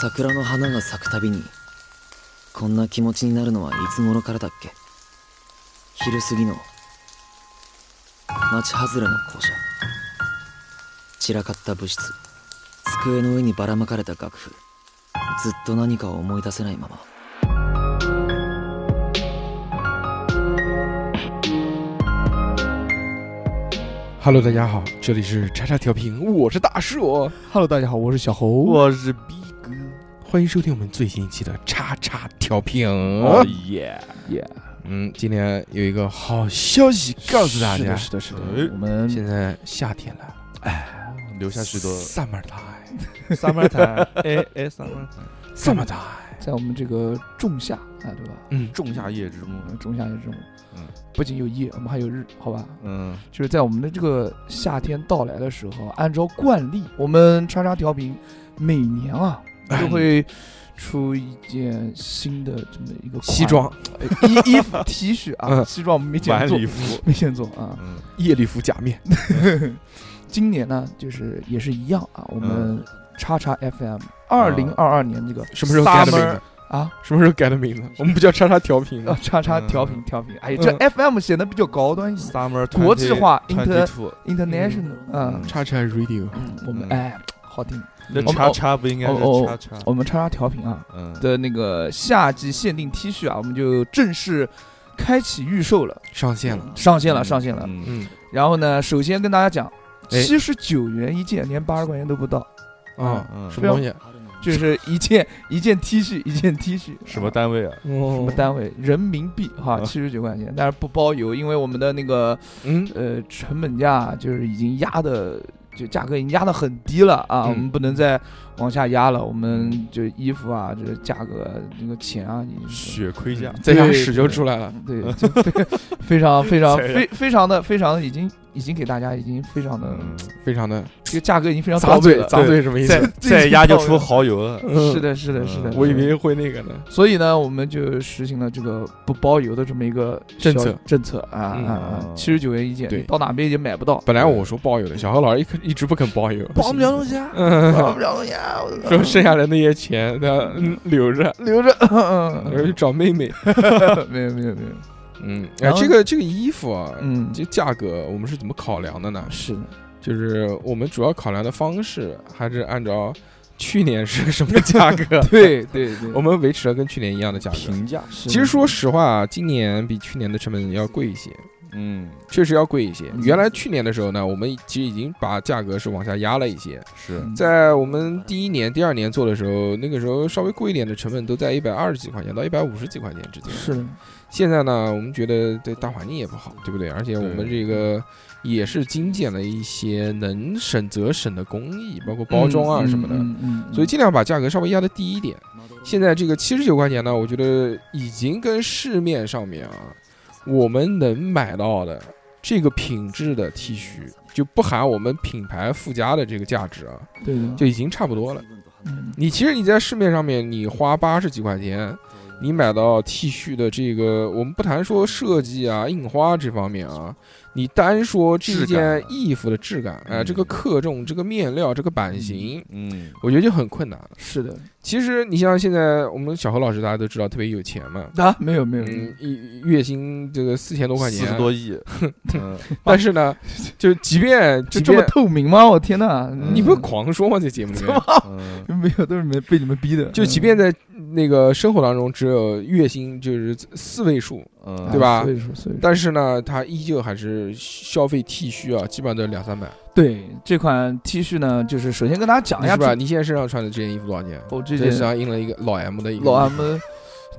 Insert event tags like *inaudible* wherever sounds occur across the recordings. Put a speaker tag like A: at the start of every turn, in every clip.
A: 桜の花が咲くたびにこんな気持ちになるのはいつ頃からだっけ昼過ぎの町外れの校舎散らかった部室机の上にばらまかれた楽譜ずっと何かを思い出せないまま
B: ？Hello，大家好，这里是叉叉调频，我是大硕，
C: Hello，大家好，我是小猴。
D: 我是逼哥，
B: 欢迎收听我们最新一期的叉叉调频。
D: 哦耶耶！
B: 嗯，今天有一个好消息告诉大
C: 是
B: 家
C: 的，，是的，是的
D: 哎，
C: 我们
B: 现在夏天来了，
D: 留下许多
B: summer time，summer
C: *laughs* summertime
D: 哎哎，三万
B: time，
C: 在我们这个仲夏啊，对吧？
B: 嗯，
D: 仲夏夜之梦
C: 我，们仲夏夜之中，
D: 嗯
C: 不仅有夜，我们还有日，好吧？
D: 嗯，
C: 就是在我们的这个夏天到来的时候，按照惯例，我们叉叉调频每年啊都会出一件新的这么一个款
B: 西装、
C: 呃衣衣服 T 恤啊，
B: 嗯
C: 西装我们没
D: 晚
C: 见做
D: 礼，服，
C: 没见做啊。
D: 嗯，
B: 夜礼服、假面，
C: *laughs* 今年呢，就是也是一样啊，我们
D: 嗯
C: 叉叉 FM
D: 啊
C: 二零二二年这个
B: 什么时候改的名
D: Summer
B: 字？
C: 啊。
B: 什么时候改的名
D: *laughs*
B: 字？我们不叫叉叉调频
C: 啊
D: 嗯
B: 吗？，
C: 叉叉调频调频，哎呀，这
B: 嗯
C: FM 显得比较高端一些
D: summer
C: 国际化
D: twenty two，
C: ，international，嗯，
B: 叉叉 radio，
C: 我们
D: 嗯
C: 哎，好听。
D: 那
C: 我们
D: 叉叉不应该
C: 哦
D: 是
C: 哦
D: 叉叉，
C: 我们叉叉调频啊
D: 嗯，
C: 的那个夏季限定 T 恤啊，我们就正式开启预售了，
B: 上线了。
C: 上线了，上线了。
D: 嗯，
B: 嗯
C: 然后呢，首先跟大家讲，
B: 哎
C: 七十九元一件，连八十块钱都不到，
B: 啊，
D: 嗯
B: 什么东西？
C: 就是一件一件 T 恤，一件 T 恤，
D: 什么
C: 啊
D: 单位啊？
B: 什
C: 什么？单位？人民币哈，
D: 啊
C: 七十九块钱，但是不包邮，因为我们的那个
B: 嗯，
C: 呃成本价就是已经压的，就价格已经压的很低了啊，
B: 嗯
C: 我们不能再往下压了，我们就衣服啊，这价格这个钱啊，
D: 嗯
C: 已经
D: 血盔甲，
B: 在家
C: 对
B: 屎就出来了。
C: 对，就非非常
B: *laughs*
C: 非常
D: 才
C: 非非常的非常的已经已经给大家已经非常的
D: 嗯，
B: 非常的
C: 这个价格已经非常
B: 砸
C: 到位
B: 嘴，
C: 了，
B: 砸嘴什么意思
D: 再？再压就出啊蚝油了，
B: 嗯
C: 是，的，是的，是的，
D: 嗯
B: 我以为会那个呢。
C: 所以呢，我们就实行了这个不包邮的这么一个
B: 政
C: 小
B: 策嗯
C: 政策啊啊啊！七十九元一件，
B: 对
C: 你到哪边也买不到，
B: 本来我说包邮的，小何老师一直一直不肯包邮，
C: 包不了东西啊，包
B: *laughs* 嗯
C: 不，了东西啊，我
B: 说剩下来那些钱他嗯留着，
C: 留
B: *laughs*
C: 着，嗯
B: 然
C: 嗯
B: 后去找妹妹。
C: 嗯没有没有没有，
B: 嗯，哎
C: 然，后
B: 这个这个衣服啊，
C: 嗯，
B: 这价格我们是怎么考量的呢？
C: 是的，，
B: 就是我们主要考量的方式还是按照去年是个什么价 *laughs* 格
C: 对对对，
B: 我们维持了跟去年一样的价格。
D: 评价，
C: 是的
B: 其实说实话啊，今年比去年的成本要贵一些，
D: 嗯，
B: 确实要贵一些
C: 嗯。
B: 原来去年的时候呢，我们其实已经把价格是往下压了一些。
D: 是，
C: 嗯
B: 在我们第一年、第二年做的时候，那个时候稍微贵一点的成本都在一百二十几块钱到一百五十几块钱之间。
C: 是的，
B: 现在呢，我们觉得对大环境也不好，对不对？而且我们
D: 对
B: 这个也是精简了一些能省则省的工艺，包括包装啊
C: 嗯
B: 什么的，
C: 嗯嗯，嗯
B: 所以尽量把价格稍微压得低一点。现
A: 在
B: 在这个七十九块钱呢，我觉得已经跟市面上面啊，我们能买到的这个品质的 T 恤，就不含我们品牌附加的这个价值啊，
C: 对的，
B: 就已经差不多了。
C: 嗯
B: 你其实你在市面上面，你花八十几块钱，你买到 T 恤的这个，我们不谈说设计啊、印花这方面啊，你单说这
D: 质感啊
B: 件衣服的质感，哎、
D: 嗯
B: 这个克重、这个面料、这个版型，
D: 嗯，
B: 我觉得就很困难了。
C: 是的，
B: 其实你像现在我们小何老师，大家都知道特别有钱嘛，
C: 啊，没有没有，
B: 嗯，一月薪这个四千多块钱，
D: 四十多啊 *laughs* 亿，嗯
B: 但是呢，就即便
C: *laughs*
B: 即
C: 就这么
B: 便
C: 透明吗？我天呐，
D: 嗯
B: 你不是狂说吗？在节目
C: *laughs*
B: 里面。
C: 啊
D: 嗯
C: 没有，都是没被你们逼的，
B: 就即便在那个生活当中只有月薪就是四位数，
D: 嗯，
B: 对吧
C: 所以说所以说，
B: 但是呢，他依旧还是消费 T 恤啊，基本上都两三百，
C: 对这款 T 恤呢，就是首先跟大家讲一
B: 是啊
C: 下
B: 吧？你现在身上穿的这件衣服多少钱？
C: 哎我哦这
B: 这身
C: 件
B: 上印了一个老 M 的一个
C: 老 M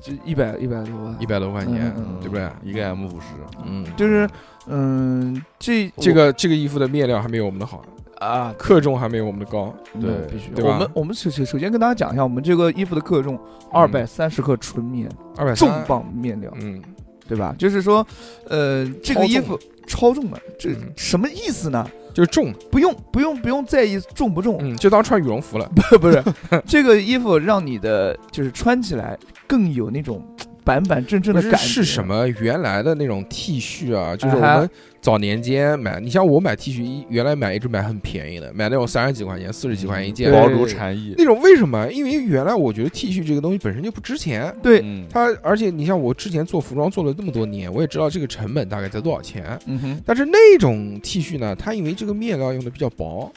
C: 就一百一百多吧，
B: 一百多块钱，
C: 嗯
B: 对不对？
D: 一个 M 五十，
B: 嗯，
C: 就是嗯，这
B: 这个这个衣服的面料还没有我们的好，
C: 啊，
B: 克重还没有我们的高，
D: 对
C: 那必须。
B: 对吧
C: 我们我们首首首先跟大家讲一下，我们这个衣服的克重二百三十克纯棉，
B: 二百
C: 重
B: 三，
C: 磅面料，
B: 嗯，
C: 对吧？就是说，呃，这个衣服超重了，这
B: 嗯
C: 什么意思呢？
B: 就是重，
C: 不用不用不用在意重不重，
B: 嗯，就当穿羽绒 *laughs* 服了，
C: 不是这个衣服让你的就是穿起来更有那种板板正正的
B: 不是
C: 感觉
B: 是什？么？原来的那种 T 恤啊，就是我
C: 啊哈
B: 们早年间买，你像我买 T 恤，一原来买一直买很便宜的，买那种三十几块钱、四十几块钱一件
C: 对
D: 薄如蝉翼。
B: 那种。为什么？因为原来我觉得 T 恤这个东西本身就不值钱，
C: 对
D: 嗯
B: 它而且你像我之前做服装做了那么多年，我也知道这个成本大概在多少钱。
C: 嗯哼，
B: 但是那种 T 恤呢，它因为这个面料用的比较薄，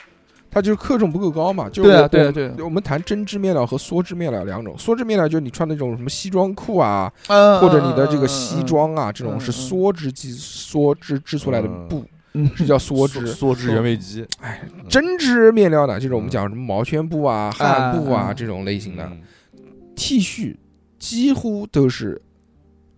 B: 它就是克重不够高嘛。就是
C: 对
B: 我
C: 啊，对啊，
B: 我
C: 对啊，
B: 我们谈针织面料和梭织面料两种，梭织面料就是你穿那种什么西装裤啊，
C: 嗯
B: 或者你的这个西，装啊，这
C: 嗯
B: 种是
C: 嗯
B: 梭织机梭织织出来的布，
C: 嗯
B: 是叫梭织。
D: 梭织原味鸡，
B: 哎，针织面料呢，就是我们
D: 嗯
B: 讲什么毛圈布啊、汗布
C: 啊
B: 啊这种类型的
D: 嗯
B: T 恤，几乎都是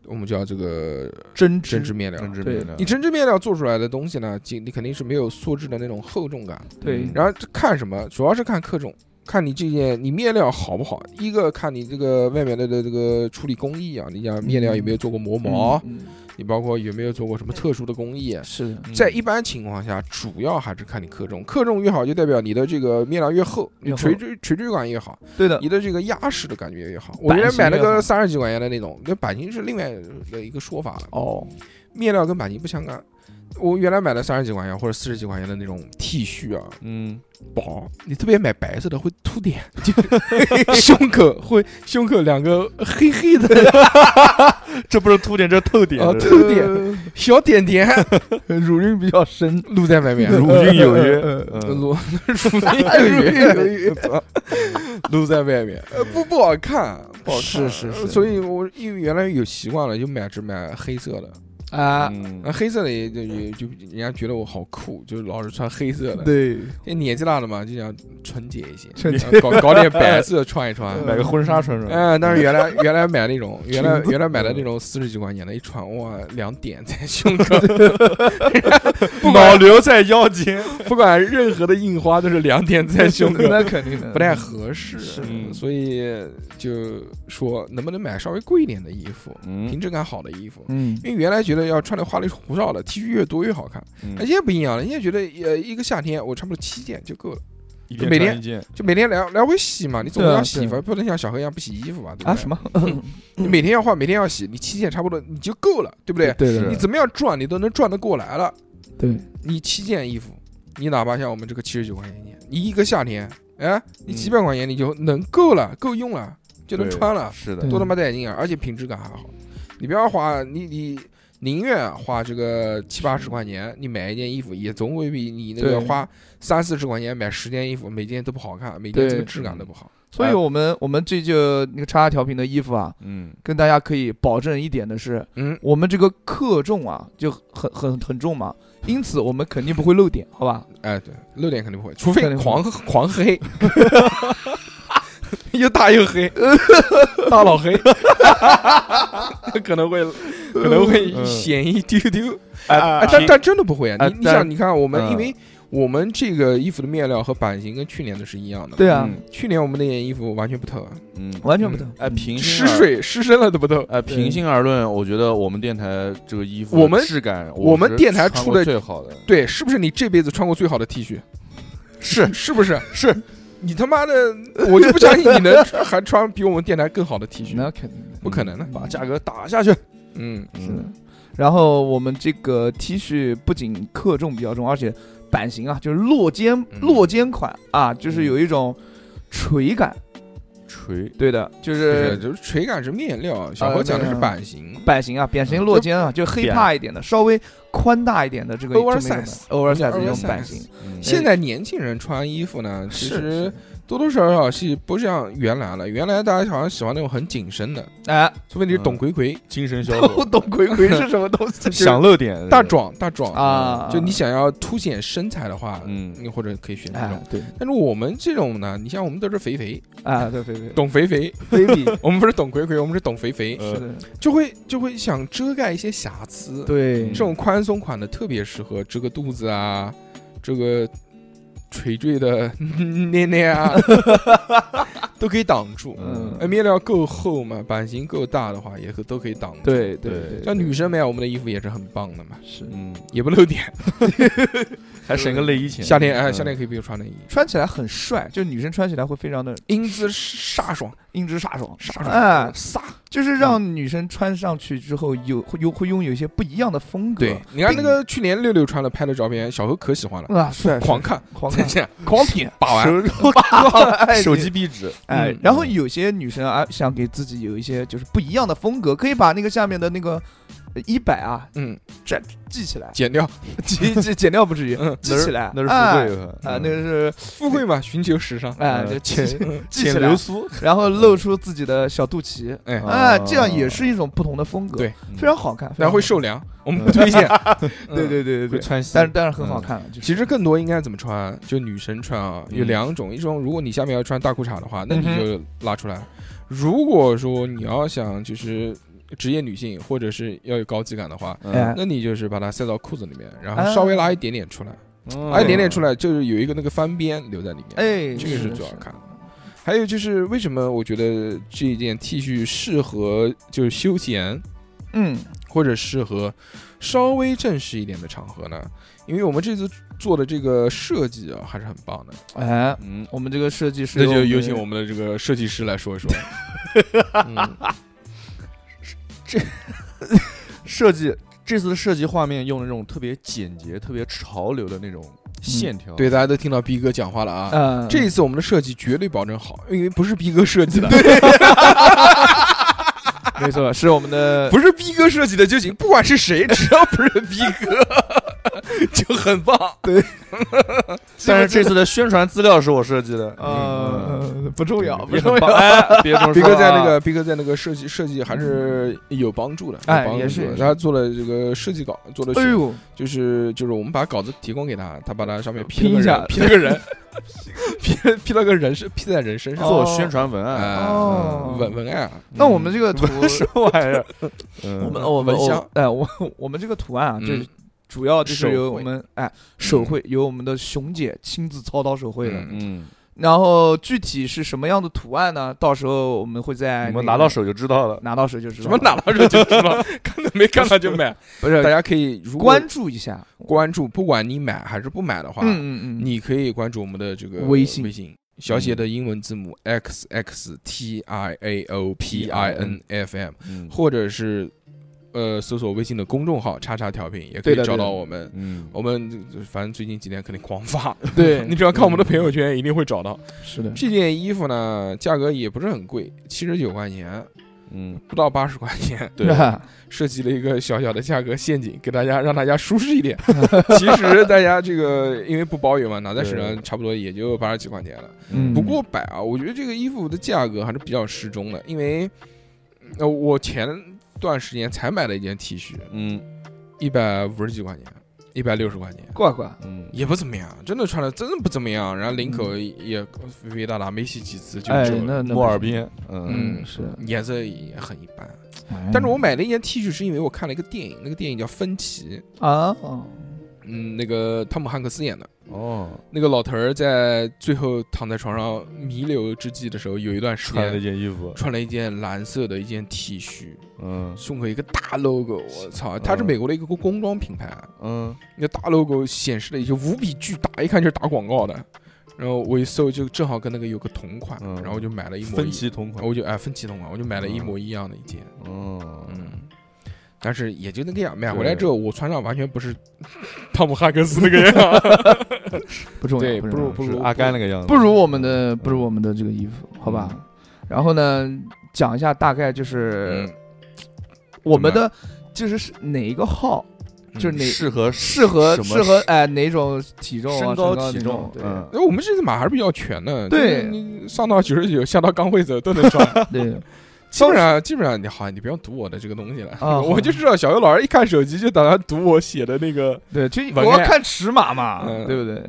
B: 我们叫这个
C: 针
B: 针织，面料。
D: 针织嗯
C: 对
D: 面料。
B: 你针织面料做出来的东西呢，就你肯定是没有梭织的那种厚重感。
C: 对
D: 嗯
B: 然后看什么，主要是看克重，看你这件你面料好不好。一个看你这个外面的的这个处理工艺啊，你像面料有没有做过磨毛，
C: 嗯，
B: 你包括有没有做过什么特殊的工艺。
C: 是的，
D: 嗯
B: 在一般情况下，主要还是看你克重，克重越好，就代表你的这个面料越厚，你
C: 越厚
B: 垂坠垂坠感越好，
C: 对的
B: 你，的这个压实的感觉越好。我
C: 版
B: 原来
C: 型
B: 买了
C: 越好
B: 个三十几块钱的那种，那版型是另外的一个说法了。
C: 哦， *laughs*
B: 面料跟版型不相干。我原来买的三十几块钱或者四十几块钱的那种 T 恤啊，
D: 嗯，
B: 薄，你特别买白色的会凸点， *laughs* 就胸口会胸口两个黑黑的
D: *laughs* 这不是凸点，这是透点
B: 啊，
D: 这是
B: 凸点小点点
C: 乳晕比较深，
B: 露在外面，
D: 乳晕有约，嗯
B: 露 *laughs* 乳晕有约，哎露在外面，呃不不好看，不好看，
C: *laughs* 是是 *laughs* 是
B: 所以我因为原来有习惯了，就买只买黑色的，
C: 啊，
B: 那
D: 嗯
B: 黑色的也就也就人家觉得我好酷，就是老是穿黑色的，
C: 嗯 *laughs* 对，
B: 因为年纪大了嘛，就想纯洁嗯一些，
C: 纯
B: 呃搞搞点 *laughs* 白色穿一穿，
D: 买个婚纱穿穿，
B: 哎，但
D: *laughs*
B: 是原来原来买那种，原来
C: 裙子
B: 原来买的那种四十几块钱的，一穿哇，两点在胸口， *laughs*
D: 脑瘤在腰间。
B: 不管任何的印花都是两点在胸口，
C: 那肯定的，
B: 不太合适，
C: 呃是
D: 嗯
B: 所以就说能不能买稍微贵一点的衣服，
D: 嗯
B: 品质感好的衣服。
C: 嗯，
B: 因为原来觉得要穿的花里胡哨的 T 恤越多越好看，
D: 嗯
C: 嗯
D: 哎
B: 那现在不一样了。现在觉得呃一个夏天我差不多七件就够了，
D: 一
B: 每天
D: 穿一件，
B: 就每天来来回洗嘛，你总
C: 对啊
B: 要洗
C: 对
B: 吧，不能像小黑一样不洗衣服吧？对
C: 啊
B: 不
C: 什
B: 对？
C: 么？
B: 你每天要换，每天要洗，你七件差不多你就够了，对不对？
C: *laughs* 对
D: 是
B: 你
C: 的，
B: 怎么样赚，你都能赚得过来了。
C: 对，
B: 你七件衣服，你哪怕像我们这个七十九块钱一件，你一个夏天，哎，
C: 嗯
B: 你几百块钱你就能够了，够用了，就能
D: 对
B: 穿了，
D: 是的
C: 对，
B: 多他妈带劲啊！而且品质感还好，你不要花，你你宁愿花这个七八十块钱，你买一件衣服，也总会比你那个
C: 对
B: 花三四十块钱买十件衣服，每件都不好看，每件这个
C: 对
B: 质感都不好。
C: 所以我们我们这就那个叉叉调频的衣服啊，
D: 嗯，
C: 跟大家可以保证一点的是，
B: 嗯，
C: 我们这个克重啊就很很很重嘛，因此我们肯定不会漏点，好吧？
B: 哎，对，漏点肯定不会，除非
C: 肯定不
B: 狂狂黑，
C: *laughs*
B: 又大又黑，大老黑，可能会可能会
D: 嗯
B: 显一丢丢。
D: 哎
B: 哎，但但真的不会啊！
D: 哎
B: 你你
D: 但
B: 想，你看我们，
D: 嗯
B: 因为我们这个衣服的面料和版型跟去年的是一样的。
C: 对啊，
D: 嗯
B: 去年我们那件衣服完全不透，啊
D: 嗯，
C: 完全不同。
D: 哎，平心
B: 湿
D: 而
B: 水湿身了都不透。
D: 哎，平心而论，我觉得我们电台这个衣服
B: 我
D: 的
B: 们
D: 质感，
B: 我们
D: 是
B: 电台
D: 穿
B: 出
D: 过
B: 的
D: 最好的
B: 对，是不是你这辈子穿过最好的 T 恤？*laughs*
D: 是
B: 是不是？
D: 是，
B: 你他妈的，我就不相信你能穿还穿比我们电台更好的 T 恤，
C: 那肯定的，
B: 不可能的。
D: 把价格打下去。
B: 嗯，
C: 是的。然后我们这个 T 恤不仅克重比较重，而且版型啊，就是落肩
B: 嗯
C: 落肩款啊，就是有一种垂感。
D: 锤，
C: 对的，就
B: 呃就是
C: 是
B: 就是垂感是面料，
D: 啊
B: 小何
C: 呃
B: 讲的
C: 那
B: 是
C: 个
B: 版型。
C: 版型啊，扁型落肩啊，就黑怕一点的，稍微宽大一点的这个
B: Oversize
C: 这么一个版 oversize 这种
B: Oversize
C: 版型。
D: 嗯
B: 现在年轻人穿衣服呢，其实
C: 是
B: 多多少少是不像原来了。原来大家好像喜欢那种很紧身的，
C: 哎，
B: 除非你是
D: 嗯
B: 董珪珪、
D: 精神 *laughs* 小
C: 不 *laughs*
D: 伙，
C: 懂鬼鬼是什么东西？
D: 哦 *laughs* 想露点，
B: 大壮、大壮。
C: 啊，
B: 就你想要凸显身材的话，
D: 嗯
B: 你或者可以选这
C: 哎
B: 种。，
C: 对
B: 但是我们这种呢，你像我们都是肥肥，
C: 啊，对对对
B: 董肥肥，
C: ，baby
B: 我们不是董珪珪，我们是董肥肥，
D: 呃
C: 是的，
B: 就会就会想遮盖一些瑕疵。
C: 对
B: 这，种宽松款的特别适合遮个肚子啊，遮个垂坠的 *laughs* 捏捏
C: *laughs*
B: 啊，都可以挡住。
D: 嗯
B: 哎，面料够厚嘛，版型够大的话，也可都可以挡住。，
C: 对
D: 对
C: 对，
B: 像女生买我们的衣服也是很棒的嘛，
C: 是
D: 嗯，
B: 也不露点。
D: 还省个内衣钱。
B: 夏天
C: 嗯
B: 哎，夏天可以不用穿内衣，
C: 穿起来很帅，就女生穿起来会非常的
B: 英姿飒爽，
C: 英姿飒爽，
B: 飒爽
C: 哎，
B: 飒。
C: 就是让女生穿上去之后有会有会拥有一些不一样的风格。
B: 对，你看那个去年六六穿的拍的照片，小何可喜欢了，
C: 啊，帅，
B: 狂看，
C: *laughs* 狂 *laughs*
B: 再
C: 看
B: 见，
C: 狂
B: *laughs*
C: 舔，
B: 把玩。
C: 哎
D: 手机壁纸，
C: 哎
B: 嗯，
C: 然后有些女生啊，想给自己有一些就是不一样的风格，可以把那个下面的那个呃衣摆啊
B: 嗯，
C: 系起 *laughs* 来，
B: 剪掉，
C: 系系剪掉不至于
B: 嗯，
C: 系起来，
D: 那是富贵嗯和
C: 啊，那个是
B: 富贵嘛，寻求时尚。
C: 哎，
D: 呃
C: 就 *laughs*
D: 浅
C: 系系起
D: 浅流
C: 来，
D: 苏，
C: 然后露出自己的小肚脐，
B: 哎，
C: 啊，这样也是一种不同的风格，
B: 对
C: 非常好看，非
B: 然后
C: 常
B: 会
C: 好
B: 受凉，我
C: 嗯
B: 们不推荐。
C: 看，对
B: 嗯，
C: 对对对
D: 会
C: 对，
D: 穿西
C: 但是嗯但是很好看了，就是
B: 其实更多应该怎么穿，就女生穿啊，有
D: 嗯
B: 两种，一种如果你下面要穿大裤衩的话，那你
C: 嗯
B: 就拉出来；如果说你要想就是职业女性或者是要有高级感的话。
D: 嗯
C: 哎
B: 那你就是把它塞到裤子里面，然后稍微拉一点点出来，拉
D: 哎
B: 一点点出
D: 来，
B: 来，就是有一个那个翻边留在里面。
C: 嗯哎，
B: 这个是主要
C: 是
B: 看。还有就是为什么我觉得这件 T 恤适合就是休闲
C: 嗯，
B: 或者适合稍微正式一点的场合呢？因为我们这次做的这个设计啊还是很棒的，
C: 哎，
D: 嗯，
C: 我们这个设计师
B: 那就有
C: 有
B: 请我们的这个设计师来说一说。 *laughs* 嗯
D: 设计这次的设计画面用的那种特别简洁、特别潮流的那种线条，
B: 对，大家都听到逼哥讲话了啊。
C: 嗯，
B: 这一次我们的设计绝对保证好，因为不是逼哥设计的， *laughs*
C: 没错，是我们的
B: 不是逼哥设计的就行，不管是谁，只要不是逼哥， *laughs* 就很棒。
D: 但是这次的宣传资料是我设计的，
C: 呃
D: 嗯，
C: 不重要，不
D: 也
C: 重
D: 很
C: 要
D: 棒，。哎， *laughs* 别这么说
B: 逼
D: 啊，
B: 哥在那个逼哥在那个设计设计还是有帮助的，
C: 哎
B: 有帮助
C: 也是
B: 的
C: 也是
B: 他做了这个设计稿，做了
C: 哎呦，
B: 就是就是我们把稿子提供给他，他把它上面 P 了个
C: 拼
B: 人
C: 一下，
B: P 了个 *laughs* 人，P P 了个人是 P 在人身上，
D: 做宣传文案，啊
B: 哎
C: 哦
B: 文文案啊，
C: 那我们这个图，
D: 什么玩意儿？嗯
C: 我们我们
B: 蚊香
C: 哎，我我们这个图案啊，
B: 嗯
C: 就是主要就是由
B: 手绘
C: 我们哎手绘，由我们的熊姐亲自操刀手绘的。
B: 嗯
D: 嗯，
C: 然后具体是什么样的图案呢？到时候我们会在
D: 你
C: 那
D: 们
C: 个
D: 拿到手就知道 *laughs* 了。
C: 拿到手就知
B: 什
C: 道
B: 么
C: 了。
B: 哪到这就知
D: *laughs*
B: 道，看 *laughs* 到没看到就 *laughs* 买，
C: 不是
B: 大家可以如果
C: 关注一下？
B: 关注，不管你买还是不买的话，
C: 嗯嗯嗯，
B: 你可以关注我们的这个
C: 微信
B: 微信。小写的英文字母 x x t i a o p i n f m，
D: 嗯
B: 或者是呃搜索微信的公众号“叉叉调频”，也可
C: 对
B: 以
C: 的
B: 找
C: 对的
B: 到我们。
D: 嗯
B: 我们呃反正最近几天肯定狂发，
C: 对
B: *laughs* 你只要看我们的朋友圈，一定会找到。
C: 是的，
B: 这件衣服呢，价格也不是很贵，七十九块钱，
D: *laughs* 嗯，
B: 不到八十块钱。
D: 对，
B: 设计了一个小小的价格陷阱，给大家让大家舒适一点。其实大家这个因为不包邮嘛，拿在手上
D: 对
B: 差不多也就八十几块钱了。
C: 嗯
B: 不过摆啊，我觉得这个衣服的价格还是比较适中的，因为呃我前段时间才买了一件 T 恤，
D: 嗯
B: 一百五十几块钱，一百六十块钱，
C: 挂挂，
D: 嗯，
B: 也不怎么样，真的穿的真的不怎么样。然后领口也呃肥肥大大，没洗几次就
C: 哎
B: 皱，了，
C: 那
D: 莫尔，宾，嗯
B: 嗯
C: 是哎
B: 颜色也很一般。
C: 那
B: 但是我买那件 T 恤是因为我看了一个电影，那个电影叫《分歧》，
C: 啊，哦
B: 嗯，那个汤姆汉克斯演的。
D: 哦，
B: 那个老头儿在最后躺在床上弥留之际的时候，有一段时
D: 穿了
B: 间
D: 件衣服，
B: 穿了一件蓝色的一件 T 恤，
D: 嗯
B: 胸口一个大 logo，我操！它是美国的一个工装品牌啊，
D: 嗯，
B: 那大 logo 显示了一些无比巨大，一看就是打广告的。然后我一搜就正好跟那个有个同款，
D: 嗯
B: 然后我就买了一模一，
D: 分歧同款，
B: 我就哎分歧同款，我就买了一
C: 嗯
B: 模一样的一件，
D: 哦，
B: 嗯。但是也就那个样，买回来之后我穿上完全不是 *laughs* 汤姆汉克斯那个样，
C: 不重要，
B: 对，
C: 不
B: 不
C: 重要
B: 如不
D: 是
B: 如
D: 阿甘那个样子，嗯
C: 不如我们的不如我们的这个衣服，好吧？
B: 嗯
C: 然后呢，讲一下大概就是
B: 嗯
C: 我们的就是是哪一个号，
B: 嗯
C: *laughs* 就是哪
D: 适合
C: 适合
D: 什么
C: 适合哎哪种体重啊、
D: 身
C: 身
D: 高
C: 体
D: 体重，
C: 对
D: 嗯
B: 哎那我们这次买还是比较全的，
C: 对
B: 就是你上到九十九，下到刚会走都能
C: *laughs*
B: 穿。
C: 对，
B: 基本上基本上，你好，你不要读我的这个东西了，
C: 啊
B: 我就知道小游老师一看手机就打算读我写的那个， *laughs*
C: 对，其实
B: 文
C: 我要
B: 案
C: 看尺码嘛，
B: 嗯
C: 对不对？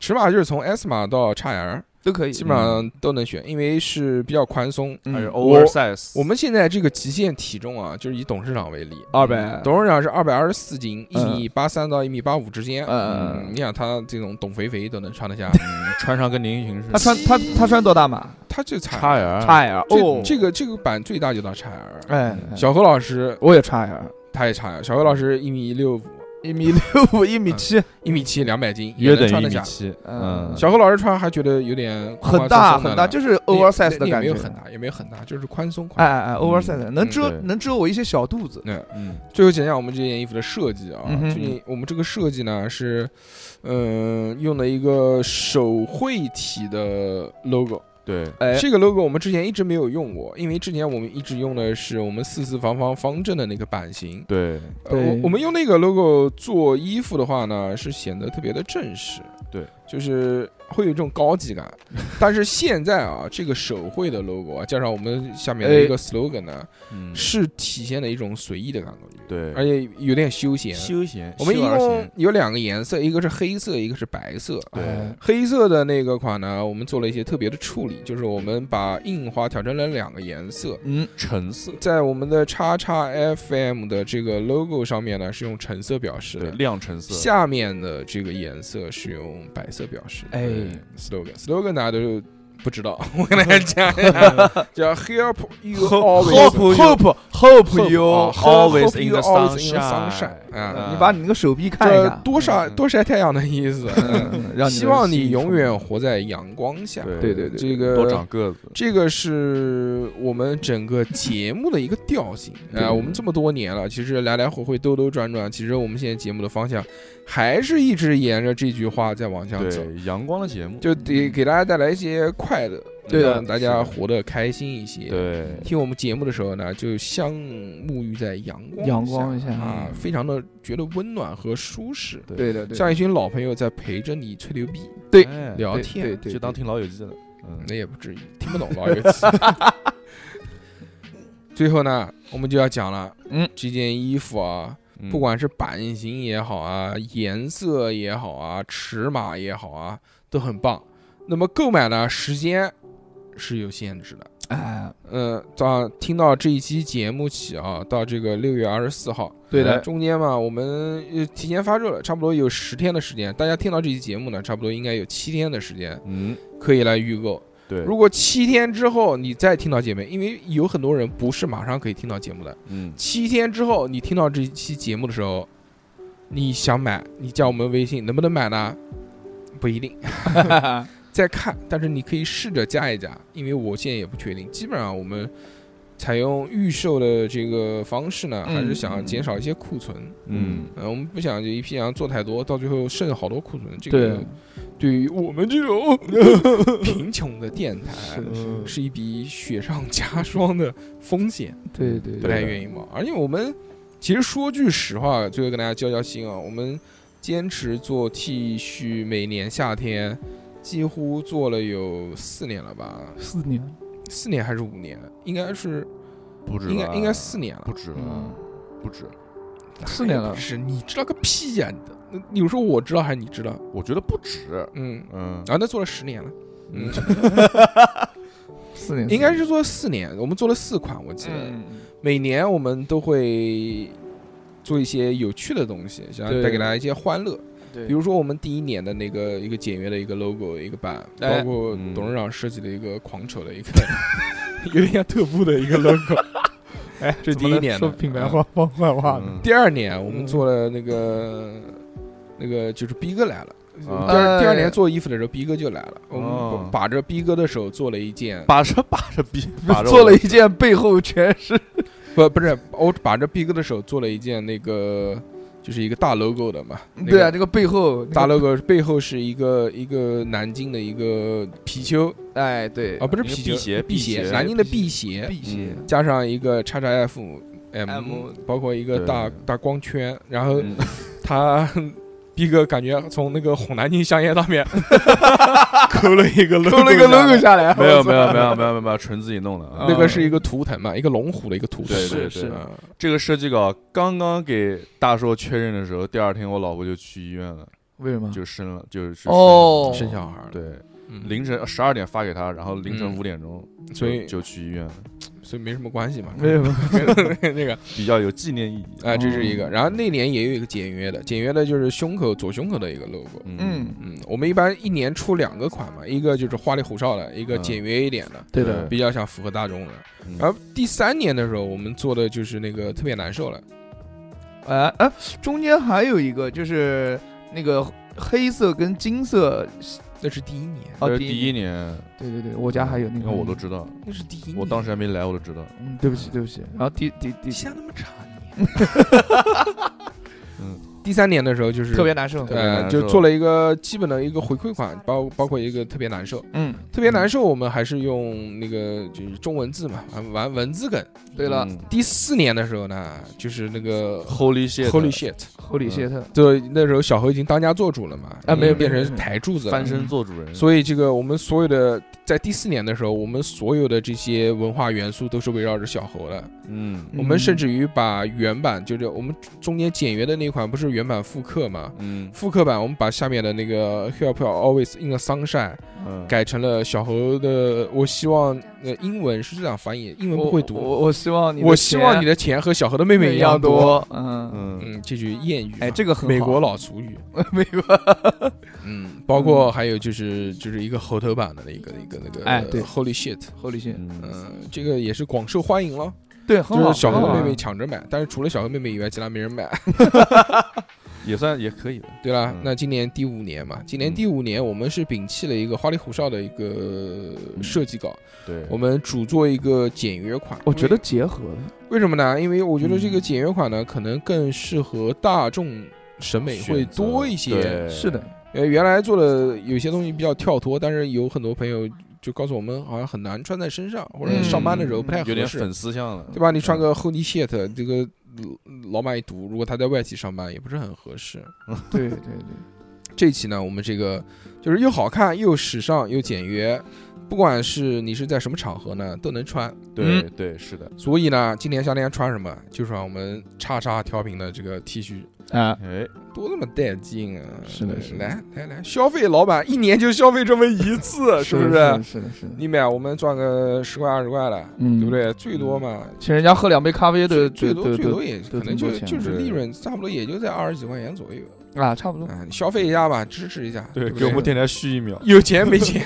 B: 尺码就是从 S 码到 XL，
C: 都可以，
B: 基本上都能选，因为是比较宽松。
C: 嗯
D: 还是
B: 我
D: oversize，
B: 我们现在这个极限体重啊，就是以董事长为例，
C: 二百，
B: 董事长是二百二十四斤，一
C: 嗯
B: 米八三到一米八五之间。
C: 嗯
B: 嗯，你想他这种董肥肥都能穿得
C: *laughs*
B: 下，
D: 穿上跟林依群似的，
C: 他穿他他穿多大码？
B: 他就差
D: 叉 L，
C: 叉 L 哦，
B: 啊这这个这个版最大就到 XL。
C: 哎，哎
B: 小何老师
C: 我也叉 L，
B: 他也差呀，小何老师一米六五，
C: 一米六五、一米七，
B: 一米七，两百斤，也
D: 约
B: 能
D: 等
B: 穿
D: 于一
B: 得
D: 米
B: 下。
D: 七。
C: 嗯
D: 嗯，
B: 小何老师穿还觉得有点宽
C: 很
B: 宽
C: 大
B: 松松
C: 很大，
B: 了
C: 就是
B: 那
C: oversize 的
B: 那
C: 感
B: 也没
C: 觉
B: 有。很大，也没有很大，就是宽松
C: 哎
B: 款。
C: 哎哎，oversize 的能遮
D: 对
C: 能遮我一些小肚子。
B: 嗯，
D: 嗯，
B: 最后讲讲我们这件衣服的设计啊
C: 嗯，哼
B: 最近我们这个设计呢是，嗯，用了一个手绘体的 logo。
D: 对，
C: 哎，
B: 这个 logo 我们之前一直没有用过，因为之前我们一直用的是我们四四方方方正的那个版型。
D: 对，
B: 呃
C: 对
B: 我我们用那个 logo 做衣服的话呢，是显得特别的正式，
D: 对，
B: 就是会有一种高级
C: *laughs*
B: 感。但是现在啊，这个手绘的 logo 啊，加上我们下面
C: 哎
B: 的一个 slogan 呢，
D: 嗯，
B: 是体现了一种随意的感觉，
D: 对，
B: 而且有点休闲。
D: 休闲，
B: 我们一
D: 休而
B: 共
D: 闲
B: 有两个颜色，一个是黑色，一个是白色。
D: 对
C: 哎
B: 黑色的那个款呢，我们做了一些特别的处理，就是我们把印花调成了两个颜色，
C: 嗯，
D: 橙色，
B: 在我们的叉叉 FM 的这个 logo 上面呢，是用橙色表示
D: 对，
B: 的，
D: 亮橙色，
B: 下面的这个颜色是用白色表示的。
C: 哎
B: 对，slogan slogan 大家都不知
D: *laughs*
B: 道，我跟大家讲一下，叫 Help you always。
D: Hope
C: hope hope you，
D: 哦
B: Help
D: always
B: you
D: in the
B: always in the
D: sunshine 嗯
B: sunshine 啊
C: 你把你那个手臂看一
B: 这
C: 下，
B: 多晒多晒太阳的意思，
C: 嗯让你
B: 希望
C: 你
B: 你永远活在阳光下。
D: 对
C: 对对
B: 这
D: 多
B: 个
D: 长个子，
B: 这个是我们整个节目的一个调性啊、我们这么多年了，其实来来回回兜兜转转，其实我们现在节目的方向还是一直沿着这句话在往下走，
D: 对，阳光的节目，啊
B: 就得给大家带来一些快乐，
C: 嗯对的
B: 让大家活得开心一些。
D: 对，
B: 听我们节目的时候呢，就像沐浴在阳光
C: 阳光下嗯
B: 啊，非常的觉得温暖和舒适，
C: 对的对的
B: 像一群老朋友在陪着你吹牛逼、
C: 对
D: 哎
B: 聊
C: 对
B: 天，
C: 对对
D: 就当听老友记了，嗯
B: 那，也不至于听不懂老友记。 *laughs* 最后呢，我们就要讲了，
C: 嗯，
B: 这件衣服啊，
D: 嗯
B: 不管是版型也好啊，颜色也好啊，尺码也好啊，都很棒。那么购买呢，时间是有限制的。
C: 哎，
B: 嗯，到听到这一期节目起啊，到这个六月二十四号，
C: 对的
B: 哎中间嘛，我们呃提前发售了，差不多有十天的时间。大家听到这期节目呢，差不多应该有七天的时间
D: 嗯，
B: 可以来预购。
D: 对，
B: 如果七天之后你再听到节目，因为有很多人不是马上可以听到节目的，
D: 嗯，
B: 七天之后你听到这期节目的时候，你想买，你加我们微信，能不能买呢？不一
C: *laughs*
B: 定，再看，但是你可以试着加一加，因为我现在也不确定。基本上我们采用预售的这个方式呢，
C: 嗯
B: 还是想减少一些库存。
D: 嗯，
B: 呃，我们不想这一批羊做太多，到最后剩好多库存。这
C: 对
B: 个，对于我们这种
C: *laughs*
B: 贫穷的电台，啊
C: 是的是的
B: 是一笔雪上 *laughs* 加霜的风险，
C: 对对
B: 不
C: 对
B: 太愿意冒。而且我们其实说句实话，最后跟大家交交心啊，我们坚持做 T 恤，每年夏天几乎做了有四年了吧，
C: 四年，
B: 四年还是五年？应该是
D: 不止吧，
B: 应该应该四年了嗯
D: 不，止吧，
C: 嗯
D: 不止，
C: *laughs* 四年了
B: 哎不是你知道个屁呀、你你有时候我知道还是你知道？
D: 我觉得不止，
B: 嗯，
D: 嗯，
B: 啊，那做了十年了。嗯，
C: 四年
B: 应该是做了四年，我们做了四款，我记得。
C: 嗯，
B: 每年我们都会做一些有趣的东西，想
C: 对
B: 带给大家一些欢乐。
C: 对
B: 比如说我们第一年的那个一个简约的一个 logo 一个版，
C: 哎
B: 包括
D: 嗯
B: 董事长设计的一个狂扯的一个， *laughs* 有点像特步的一
C: *laughs*
B: 个 logo。
C: 哎，
B: 这
C: 怎么
B: 第一
C: 能
B: 年的
C: 说品牌话放坏话呢，
D: 嗯
B: 第二年我们做了那个、那个就是逼哥来了。
D: 啊
B: 第二第二
C: 哎
B: 年做衣服的时候，逼哥就来了。我
D: 哦
B: 们把着逼哥的手做了一件，
D: 把着把着逼，
B: *laughs*
D: 把着
C: 做了
D: 我
C: 一件背后全是
B: 不不是，我把着逼哥的手做了一件那个，就是一个大 logo 的嘛。那个
C: 对啊，这个背后那个
B: 大 logo 背后是一个一个南京的一个貔貅
C: 哎对
B: 啊，不是
D: 一个
B: 貔
D: 辟
B: 貅，
D: 邪
B: 辟
D: 辟
B: 邪，
D: 邪
B: 南京的
C: 辟
B: 辟邪，
C: 辟邪
D: 嗯
B: 加上一个叉叉 F M，
C: M
B: 包括一个
D: 对
B: 大大光圈，然后 *laughs*
D: 嗯
B: 他逼哥感觉从那个红南京香烟上面 *laughs* 抠了一个 logo，
C: 弄了一个
B: 下来
C: logo 下来，
D: 没有没
C: 我
D: 有
C: 操
D: 没有没有没有没有，纯自己弄的啊。
B: 那个是一个图腾嘛，一个龙虎的一个图腾，
D: 对对
C: 是
D: 对
C: 是
B: 嗯
D: 这个设计稿刚刚给大硕确认的时候，第二天我老婆就去医院了，
C: 为什么？
D: 就生了，就是
C: 哦
B: 生小孩儿了，
D: 对，
B: 嗯
D: 凌晨呃十二点发给他，然后凌晨
B: 嗯
D: 五点钟
B: 所以
D: 就去医院了，
B: 所以没什么关系嘛，
C: 为什么？
B: *laughs* 那个
D: 比较有纪念意义。
B: 啊，这是一个。然后那年也有一个简约的，简约的就是胸口左胸口的一个 logo。
C: 嗯，
B: 嗯，我们一般一年出两个款嘛，一个就是花里胡哨的，一个
D: 嗯
B: 简约一点的，
C: 对的
D: 对，
B: 比较想符合大众的
D: 嗯。
B: 然后第三年的时候，我们做的就是那个特别难受了，
C: 哎哎，中间还有一个就是那个黑色跟金色，
B: 那是第一年，
C: 哦
D: 这是
C: 第一
D: 第一年，
C: 对对对，我
B: 嗯
C: 家还有那
D: 你
C: 个，
D: 看我都知道，
B: 那是第一年。
D: 我当时还没来，我都知道。
C: 嗯，对不起对不起。然后第第第
B: 下那么长你。啊
D: *laughs* 嗯，
B: 第三年的时候就是
C: 特别难受，
D: 别
B: 呃，
D: 难
B: 就
D: 受
B: 做了一个基本的一个回馈款，包包括一个特别难受，
C: 嗯，
B: 特别难受，我们还是用那个就是中文字嘛，玩玩文字梗。
C: 对了
D: 嗯
B: 第四年的时候呢，就是那个
D: Holy shit！
B: Holy shit，
C: ，Holy shit，
B: 对，那时候小何已经当家做主了嘛，
C: 啊没有
B: 已经变
C: 没有
B: 成台柱子了
D: 翻。身做主人，
B: 所以这个我们所有的在第四年的时候，我们所有的这些文化元素都是围绕着小何的。
D: 嗯
B: 我们甚至于把原版，就是我们中间简约的那款，不是原版复刻嘛？
D: 嗯
B: 复刻版我们把下面的那个 Help Always in the Sunshine
D: 嗯，
B: 改成了小猴的，我希望呃英文是这样翻译，英文不会
C: 我我
B: 读，
C: 我希望你的钱，
B: 我希望你的钱和小猴的妹妹
C: 一
B: 一
C: 样
B: 样。
C: 多，嗯，
D: 嗯
B: 嗯，这句谚语嘛，
C: 哎，这个很好
B: 美国老俗语，
C: 美
B: *laughs*
C: 国，
B: 嗯，包括还有就是就是一个猴头版的那个那个那个，
C: 哎对
B: ，Holy shit，
C: 狐狸线，
D: 嗯
B: 嗯，这个也是广受欢迎了，
C: 对，很
B: 就
C: 好，
B: 是小
C: 很
B: 猴
C: 好啊
B: 妹妹抢着买，但是除了小猴妹妹以外，其他没人买。
D: 也算也可以的，
B: 对了
D: 嗯，
B: 那今年第五年嘛，今年
D: 嗯
B: 第五年我们是摒弃了一个花里胡哨的一个设计稿，
D: 对，
B: 我们主做一个简约款。
C: 我觉得结合了，
B: 为为什么呢？因为我觉得这个
D: 嗯
B: 简约款呢，可能更适合大众审美会
D: 选择
B: 多一些。
D: 对
C: 是的，
B: 呃，原来做的有些东西比较跳脱，但是有很多朋友就告诉我们，好像很难穿在身上，或者
C: 嗯
B: 上班的时候不太
D: 有
B: 合
D: 点
B: 适，
D: 粉嗯丝向了，
B: 对吧？你穿个 Holy shit，这个老老板一读，如果他在外企上班，也不是很合适。
C: 对对
B: *laughs*
C: 对，
B: 这期呢，我们这个就是又好看又时尚又简约，不管是你是在什么场合呢，都能穿。
D: 对对是的，
B: 所以呢，今年夏天穿什么，就穿我们叉叉调频的这个 T 恤，
C: 啊，
D: 哎，
B: 多他妈带劲啊！
C: 是的是的
B: 来来来，消费老板一年就消费这么一
C: *laughs*
B: 次，是不
C: 是
B: 是？
C: 的？是的，是的，
B: 你买我们赚个十块二十块的，
C: 嗯
B: 对不？对？最多嘛，
C: 请人家喝两杯咖啡
B: 最
C: 的，
B: 最多
C: 对
B: 最
C: 对
B: 多也可
C: 这
B: 能
C: 么
B: 就
C: 多钱
B: 就是
D: 对
B: 利润，差不多也就在二十几块钱左右。
C: 啊，差不多。
B: 嗯，你消费一下吧，支持一下。
D: 对，
B: 不
D: 给我们电台续一秒，
B: 有钱没钱。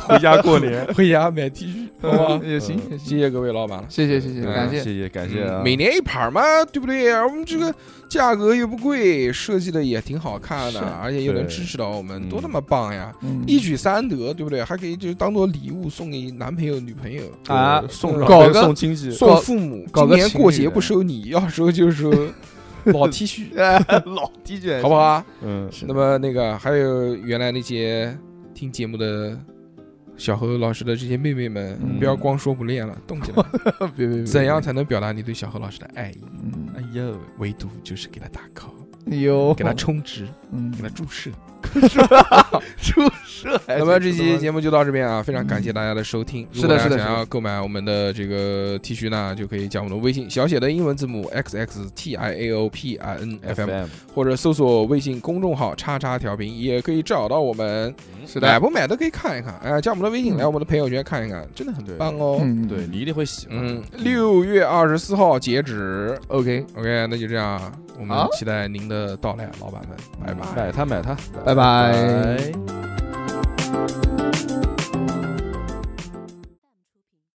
D: 回家过年，
B: *laughs* 回家买 T 恤，好吧？
C: 也行，
B: 谢
C: 也行，
B: 谢各位老板了，
C: 谢谢，谢谢，
B: 嗯
C: 感
D: 谢
C: 谢。
D: 谢感谢啊，
B: 嗯每年一盘嘛，对不对？我们这个价格又不贵，设计的也挺好看的
C: 是，
B: 而且又能
D: 对
B: 支持到我们，
D: 嗯
B: 多他妈棒呀！
C: 嗯
B: 一举三得，对不对？还可以就当做礼物送给男朋友、女朋友，
D: 对
C: 啊
D: 送
B: 嗯
D: 上
C: 搞
D: 跟
C: 个
D: 送亲戚，
B: 送父母。
C: 搞
B: 今
C: 个
B: 年
C: 情侣
B: 过节不收你，要收就收 *laughs* 老 T 恤，
C: *laughs* 老 DJ
B: 好不好？啊？
D: 嗯，
C: 是的
B: 那么那个还有原来那些听节目的小何老师的这些妹妹们，
C: 嗯
B: 不要光说不练了，动 *laughs* 起来。
C: 别别别，
B: 怎样？才能表达你对小何老师的爱意？
C: 嗯，
D: 呦，
B: 哎唯独就是给他打 call， *laughs*
C: 有
B: 给他，充值，*laughs*
C: 嗯
B: 给，他注射。
C: 出社。
B: 那么这期节目就到这边啊，非常感谢大家的收听。
C: 是
B: 如
C: 的
B: 果大家
C: 是的
B: 想
C: 是
B: 要购买我们的这个 T 恤呢，就可以加我们的微信小写的英文字母 x x t i a o p i n f m，
D: FM
B: 或者搜索微信公众号“叉叉调频”，也可以找到我们。
C: 是
B: 买
C: 的，
B: 不买都可以看一看，哎，加我们的微信，
C: 嗯
B: 来我们的朋友圈看一看，真的很
D: 对
B: 棒哦。
C: 嗯
D: 对你一定会喜欢，
B: 嗯，六月二十四号截止。
C: ，OK，
B: OK，那就这样啊，我们
C: 好
B: 期待您的到来，老板们，拜拜。
D: 买它买它，
C: 拜拜。
D: 拜